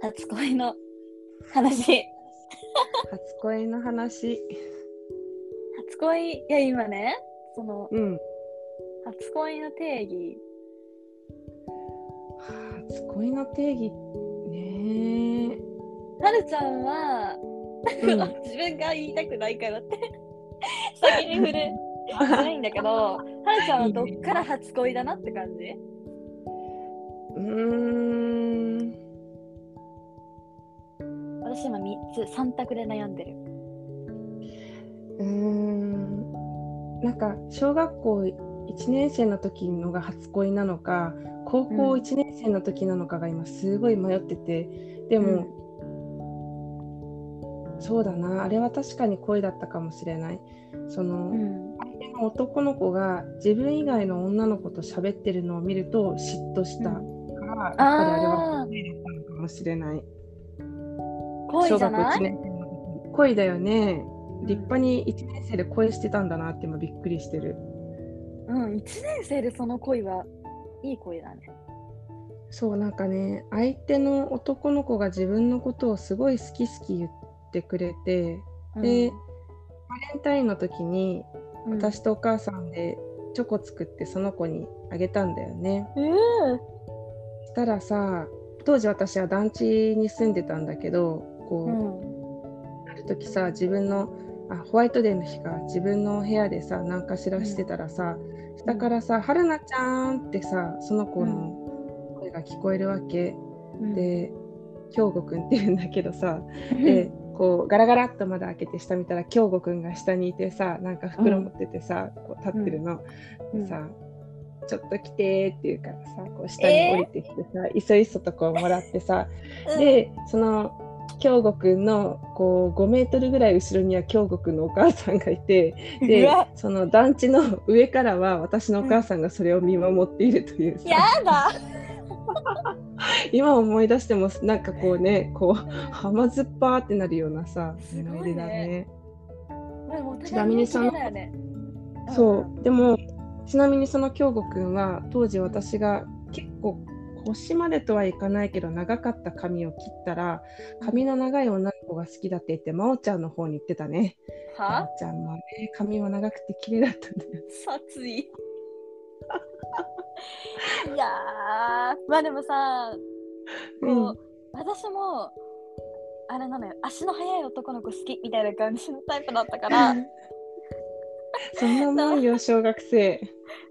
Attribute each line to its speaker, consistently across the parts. Speaker 1: 初恋の話。
Speaker 2: 初恋の話。
Speaker 1: 初恋、いや、今ね、その、
Speaker 2: うん。
Speaker 1: 初恋の定義、
Speaker 2: 初恋の定義ね
Speaker 1: はるちゃんは、
Speaker 2: え。うん
Speaker 1: 自分が言いたくないからって、 先に振る。じゃないんだけど、はるちゃんはどっから初恋だなって感じ
Speaker 2: うーん。
Speaker 1: 私今三つ、三択で悩んでる。
Speaker 2: うーん。なんか小学校1年生の時のが初恋なのか高校1年生の時なのかが今すごい迷ってて、でも、そうだなあれは確かに恋だったかもしれないその、
Speaker 1: うん。
Speaker 2: 相手の男の子が自分以外の女の子と喋ってるのを見ると嫉妬したから、やっぱりあれは
Speaker 1: ああ
Speaker 2: 恋だったのかもしれない
Speaker 1: ー、恋じゃな
Speaker 2: 小学校一
Speaker 1: い
Speaker 2: 年生の時恋だよね立派に1年生で恋してたんだなって今びっくりしてる
Speaker 1: うん、一年生でその恋はいい恋だね。
Speaker 2: そうなんかね相手の男の子が自分のことをすごい好き好き言ってくれて
Speaker 1: うん
Speaker 2: で、バレンタインの時に
Speaker 1: うん、
Speaker 2: 私とお母さんでチョコ作ってその子にあげたんだよね、
Speaker 1: うん
Speaker 2: したらさ当時私は団地に住んでたんだけどこう、
Speaker 1: うん
Speaker 2: ある時さ自分のあホワイトデーの日か自分の部屋でさ何かしらしてたらさ、下からさ「はるなちゃん」ってさその子の声が聞こえるわけ、
Speaker 1: うん、
Speaker 2: で京吾くんって言うんだけどさ、でこうガラガラっと窓開けて下見たら京吾くんが下にいてさなんか袋持っててさ、こう立ってるの、
Speaker 1: うん、
Speaker 2: さ、ちょっと来てーって言うからさこう下に降りてきてさ、いそいそとこうもらってさ、
Speaker 1: うん
Speaker 2: でその京吾くんのこう5メートルぐらい後ろには京吾くんのお母さんがいて
Speaker 1: う
Speaker 2: で
Speaker 1: わ
Speaker 2: その団地の上からは私のお母さんがそれを見守っているというさ、
Speaker 1: やだ
Speaker 2: 今思い出してもなんかこうねこう甘酸っぱーってなるようなさ
Speaker 1: すごいね
Speaker 2: 思い出だね。
Speaker 1: でもお互い
Speaker 2: ちなみにその
Speaker 1: 人気だよね
Speaker 2: そうでもちなみにその京吾くんは当時私が結構腰までとはいかないけど長かった髪を切ったら髪の長い女の子が好きだって言って真央ちゃんの方に行ってたね。真
Speaker 1: は
Speaker 2: 央ちゃんもね髪も長くて綺麗だったんだよ。
Speaker 1: 殺意 いやーまあでもさこう、
Speaker 2: うん
Speaker 1: 私もあれなのよ足の速い男の子好きみたいな感じのタイプだったから
Speaker 2: そんなもんよ小学生。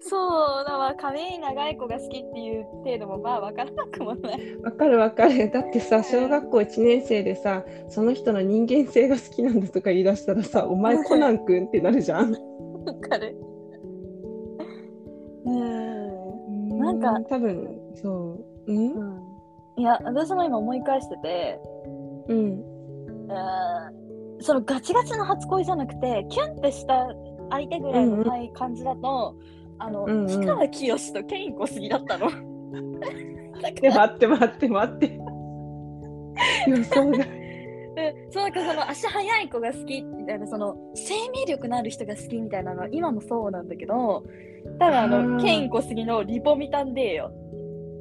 Speaker 1: そうだわ髪長い子が好きっていう程度もまあわからなくもない
Speaker 2: わかるわかる。だってさ小学校1年生でさその人の人間性が好きなんだとか言い出したらさお前コナンくんってなるじゃん。
Speaker 1: わかるうんなんか
Speaker 2: う多分そう。うん
Speaker 1: うんいや私も今思い返してて
Speaker 2: うん
Speaker 1: うーんそのガチガチの初恋じゃなくてキュンってした相手ぐらいのない感じだと、あの、
Speaker 2: うんうん
Speaker 1: 氷川きよしとケイン小杉だったの。だから
Speaker 2: で 待って待って待って。予想が。
Speaker 1: うんそうなんかその足速い子が好きみたいなその生命力のある人が好きみたいなのは今もそうなんだけどただあの
Speaker 2: あー
Speaker 1: ケイン小杉のリポミタンデーよ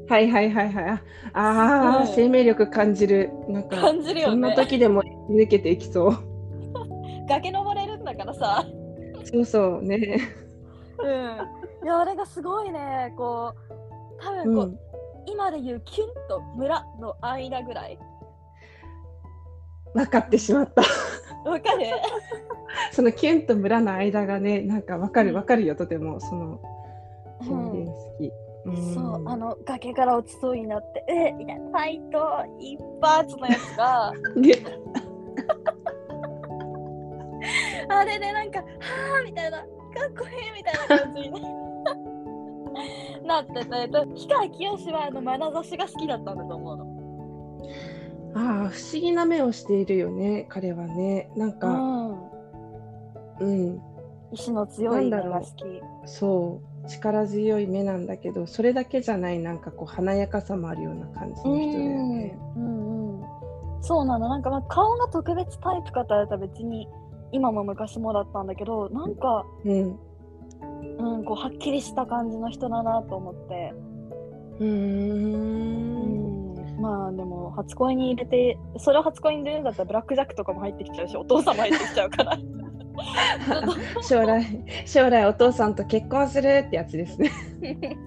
Speaker 2: はいはいはいはい。ああー、
Speaker 1: そう
Speaker 2: 生命力感じる。なんか、
Speaker 1: 感じるよ
Speaker 2: そん
Speaker 1: ね
Speaker 2: な時でも抜けていきそう。
Speaker 1: 崖登れるんだからさ
Speaker 2: そうそうね。
Speaker 1: うん、いやあれがすごいねこう多分
Speaker 2: う
Speaker 1: こう、
Speaker 2: ん、
Speaker 1: 今で言うキュンと村の間ぐらい
Speaker 2: 分かってしまった。
Speaker 1: わかる
Speaker 2: そのキュンと村の間がね、なんか分かる分かるよ、とても。その
Speaker 1: う
Speaker 2: 人
Speaker 1: ん
Speaker 2: 間好き。ん
Speaker 1: そうあの崖から落ちそうになって「えみたいな「ファイト一発」のやつが
Speaker 2: で
Speaker 1: あれでなんか「はあ」みたいな「かっこいい」みたいな感じに ねなっててで氷川きよしはあの眼差しが好きだったんだと思うの。
Speaker 2: ああ、不思議な目をしているよね、彼はね。なんか、
Speaker 1: うん、
Speaker 2: うん、
Speaker 1: 意志の強い目
Speaker 2: なんだ
Speaker 1: が
Speaker 2: ろう
Speaker 1: 好き。
Speaker 2: そう力強い目なんだけどそれだけじゃないなんかこう華やかさもあるような感じの人だよね。
Speaker 1: うんうん、そうなのなんかまあ顔が特別タイプかと言われたら別に今も昔もだったんだけどなんか、
Speaker 2: うん、
Speaker 1: うん、こうはっきりした感じの人だなと思って、
Speaker 2: うーん
Speaker 1: まあでも初恋に入れてそれを初恋に入れるんだったらブラックジャックとかも入ってきちゃうしお父さんも入ってきちゃうから
Speaker 2: 将来 将来お父さんと結婚するってやつですね。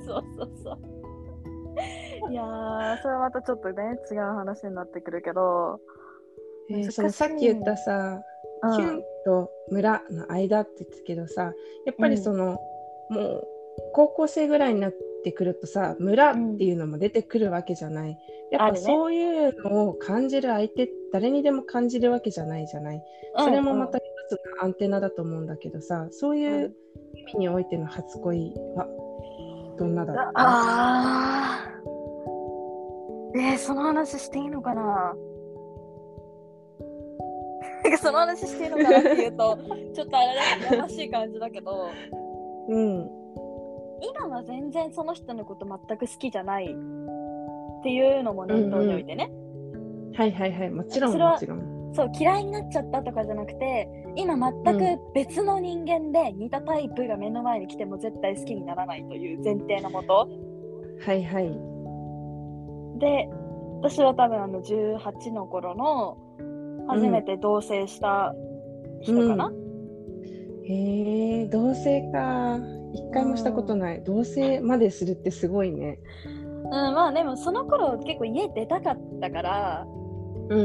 Speaker 1: そうそうそういやーそれはまたちょっとね違う話になってくるけど、
Speaker 2: え
Speaker 1: 難しい
Speaker 2: ー そのさっき言ったさ、キュンと村の間って言ってたけどさやっぱりその、もう高校生ぐらいになってくるとさ村っていうのも出てくるわけじゃない、や
Speaker 1: あ
Speaker 2: っ
Speaker 1: る
Speaker 2: ぱ
Speaker 1: ね
Speaker 2: そういうのを感じる相手誰にでも感じるわけじゃないじゃない、それもまた一つのアンテナだと思うんだけどさそういう意味においての初恋はどんなだろう
Speaker 1: ああーえー、その話していいのかな なんかその話していいのかなっていうとちょっとあれだけどやましい感じだけど
Speaker 2: うん
Speaker 1: 今は全然その人のこと全く好きじゃないっていうのも念頭においてね、
Speaker 2: はいはいはいもちろ
Speaker 1: そ
Speaker 2: ん
Speaker 1: れは
Speaker 2: もちろん
Speaker 1: そう嫌いになっちゃったとかじゃなくて今全く別の人間で似たタイプが目の前に来ても絶対好きにならないという前提のもと
Speaker 2: はいはい
Speaker 1: で私は多分あの18の頃の初めて同棲した人かな、
Speaker 2: うへえ同棲か一回もしたことない、同棲までするってすごいね
Speaker 1: うんまあでもその頃結構家出たかったから
Speaker 2: うんうんう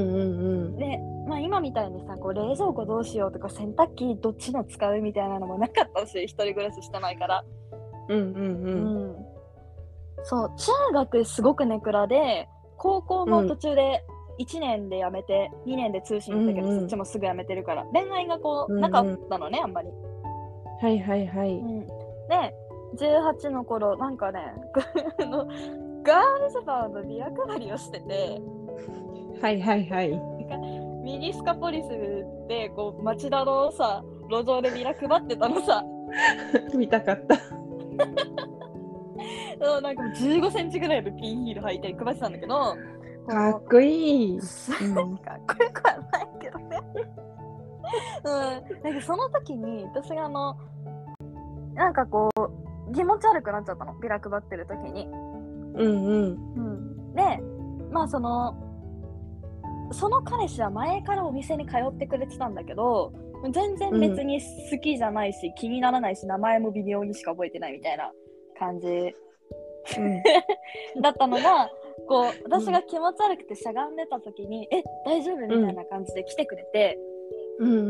Speaker 2: ん
Speaker 1: で、まあ、今みたいにさこう冷蔵庫どうしようとか洗濯機どっちの使うみたいなのもなかったし一人暮らししてないから、
Speaker 2: うんうん
Speaker 1: う
Speaker 2: うん
Speaker 1: んそう中学すごくネクラで高校も途中で1年で辞めて2年で通信行ったけど、
Speaker 2: うんうん
Speaker 1: そっちもすぐ辞めてるから恋愛がこ
Speaker 2: うんう
Speaker 1: うんなかったのね、あんまり。
Speaker 2: はいはいはい
Speaker 1: うん、で18の頃なんかね あのガールズバーのビラ配りをしてて
Speaker 2: はいはいはい
Speaker 1: ミニスカポリスでこう町田のさ路上でビラ配ってたのさ
Speaker 2: 見たかった
Speaker 1: うんなんか1 5センチぐらいのピンヒール履いて配ってたんだけど
Speaker 2: かっこいい、
Speaker 1: なんかこれくはないけどね。うん、なんかその時に私があのなんかこう気持ち悪くなっちゃったのビラ配ってる時に。
Speaker 2: うんうん
Speaker 1: うん、でまあそのその彼氏は前からお店に通ってくれてたんだけど全然別に好きじゃないし、気にならないし名前も微妙にしか覚えてないみたいな感じ
Speaker 2: うん
Speaker 1: だったのがこう私が気持ち悪くてしゃがんでた時に「え大丈夫?」みたいな感じで来てくれて、
Speaker 2: うんうんう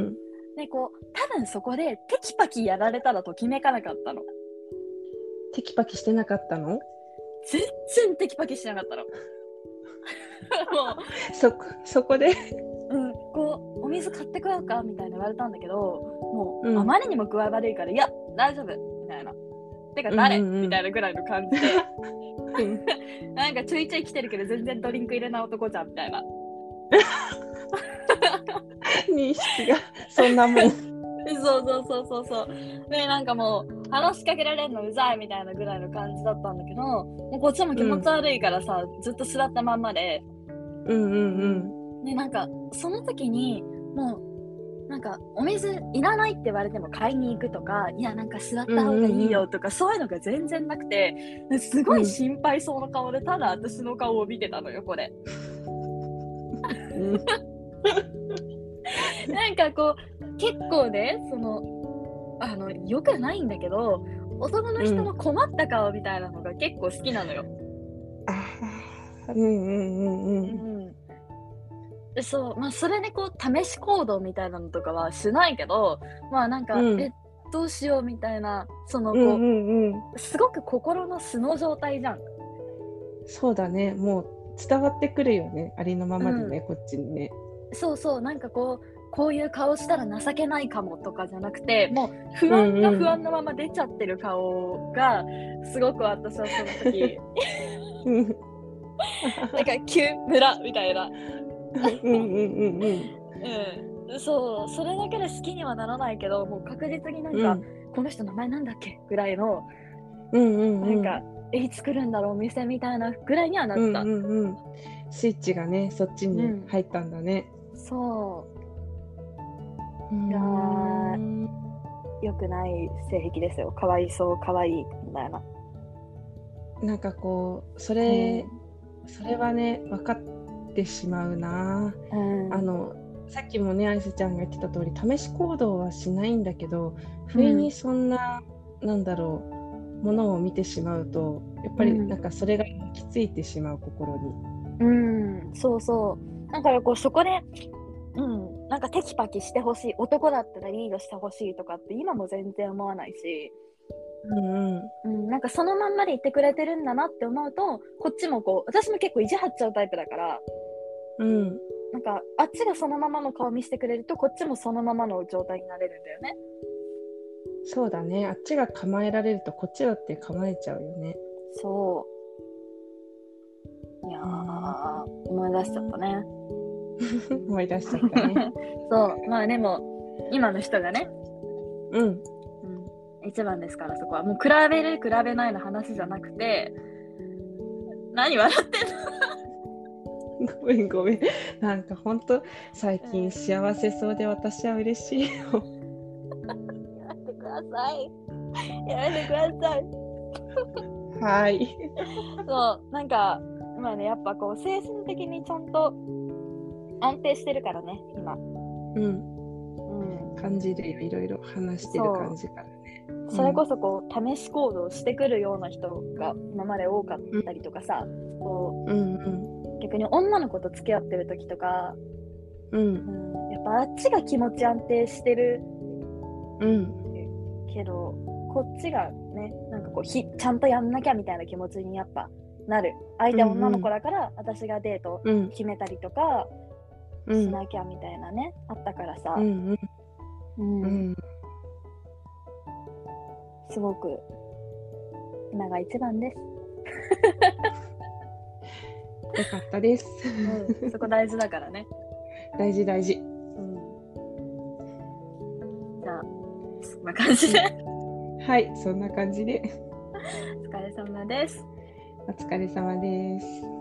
Speaker 2: ん
Speaker 1: でこう多分そこでテキパキやられたらときめかなかったの
Speaker 2: テキパキしてなかったの
Speaker 1: 全然テキパキしなかったの。もう
Speaker 2: そこそこで
Speaker 1: うん、こうお水買ってこようかみたいな言われたんだけどもう、
Speaker 2: うん
Speaker 1: あまりにも具合悪いから「いや大丈夫」みたいな「てか誰
Speaker 2: うんうんうん
Speaker 1: みたいなぐらいの感じでなんかちょいちょい来てるけど全然ドリンク入れない男じゃんみたいな
Speaker 2: 認識がそんなもん
Speaker 1: そうそうそうそうそうでなんかもう話しかけられんのうざいみたいなぐらいの感じだったんだけどもうこっちも気持ち悪いからさ、ずっと座ったまんまで
Speaker 2: うんうん
Speaker 1: でなんかその時にもうなんかお水いらないって言われても買いに行くとかいやなんか座った方がいいよとか、そういうのが全然なくてすごい心配そうな顔でただ私の顔を見てたのよこ れ。
Speaker 2: うんうん
Speaker 1: なんかこう結構ねそのあのよくないんだけど男の人の困った顔みたいなのが結構好きなのよ。
Speaker 2: あーうんうんうんうん
Speaker 1: でそうまあそれでこう試し行動みたいなのとかはしないけどまあなんか、
Speaker 2: うん
Speaker 1: えどうしようみたいなそのこ
Speaker 2: う
Speaker 1: う、
Speaker 2: んうんうん
Speaker 1: すごく心の素の状態じゃん。
Speaker 2: そうだねもう伝わってくるよねありのままでね、こっちにね
Speaker 1: そうそうなんかこうこういう顔したら情けないかもとかじゃなくてもう不安が不安のまま出ちゃってる顔がすごく私はその時
Speaker 2: うん
Speaker 1: なんか「キュン村」みたいな
Speaker 2: うんうんうんうん
Speaker 1: うん、そうそれだけで好きにはならないけどもう確実になんか、この人名前なんだっけぐらいの
Speaker 2: うんうん
Speaker 1: な
Speaker 2: うん
Speaker 1: んか、えいつ来るんだろうお店みたいなぐらいにはなっ
Speaker 2: う
Speaker 1: た、
Speaker 2: んうんうんスイッチがねそっちに入ったんだね、
Speaker 1: そ
Speaker 2: うん、
Speaker 1: いやーうよくない性癖ですよかわいそうかわいいみたいな
Speaker 2: なんかこうそれそれはね分かってしまうな
Speaker 1: うん
Speaker 2: あのさっきもねアイスちゃんが言ってた通り試し行動はしないんだけど不意にそんな、なんだろうものを見てしまうとやっぱり
Speaker 1: うん
Speaker 2: なんかそれが行き着いてしまう心に。
Speaker 1: うん、そうそう。だからこうそこで、うん、なんかテキパキしてほしい、男だったらリードしてほしいとかって今も全然思わないし、
Speaker 2: うんうん
Speaker 1: うん、なんかそのまんまでいてくれてるんだなって思うと、こっちもこう、私も結構意地張っちゃうタイプだから、
Speaker 2: うん、
Speaker 1: なんかあっちがそのままの顔見せてくれると、こっちもそのままの状態になれるんだよね。
Speaker 2: そうだねあっちが構えられるとこっちだって構えちゃうよね。
Speaker 1: そう。いやー、思い出しちゃったね。
Speaker 2: 思い出しちゃったね。
Speaker 1: そう、まあでも、今の人がね、
Speaker 2: うん
Speaker 1: うん、一番ですからそこはもう比べる比べないの話じゃなくて何笑ってんの
Speaker 2: ごめんごめんなんかほんと最近幸せそうで私は嬉しいよ。
Speaker 1: やめてくださいやめてください
Speaker 2: はい。
Speaker 1: そうなんかまあねやっぱこう精神的にちゃんと安定してるからね今
Speaker 2: うん
Speaker 1: う
Speaker 2: 感じるよいろいろ話してる感じからね。
Speaker 1: んそれこそこう試し行動してくるような人が今まで多かったりとかさこ
Speaker 2: うんうん
Speaker 1: う逆に女の子と付き合ってる時とか、
Speaker 2: うん
Speaker 1: うん、やっぱあっちが気持ち安定してる
Speaker 2: うん。
Speaker 1: けどこっちがねなんかこうひちゃんとやんなきゃみたいな気持ちにやっぱなる相手は女の子だから、私がデート
Speaker 2: うん
Speaker 1: 決めたりとか
Speaker 2: う
Speaker 1: し
Speaker 2: ん
Speaker 1: なきゃみたいなね、あったからさ、
Speaker 2: うん
Speaker 1: うん
Speaker 2: うん
Speaker 1: すごく今が一番です、
Speaker 2: よかったです。
Speaker 1: そこ大事だからね、
Speaker 2: 大事大事。
Speaker 1: じゃあそんな感じで
Speaker 2: はい、そんな感じで
Speaker 1: お疲れ様です
Speaker 2: お疲れ様です。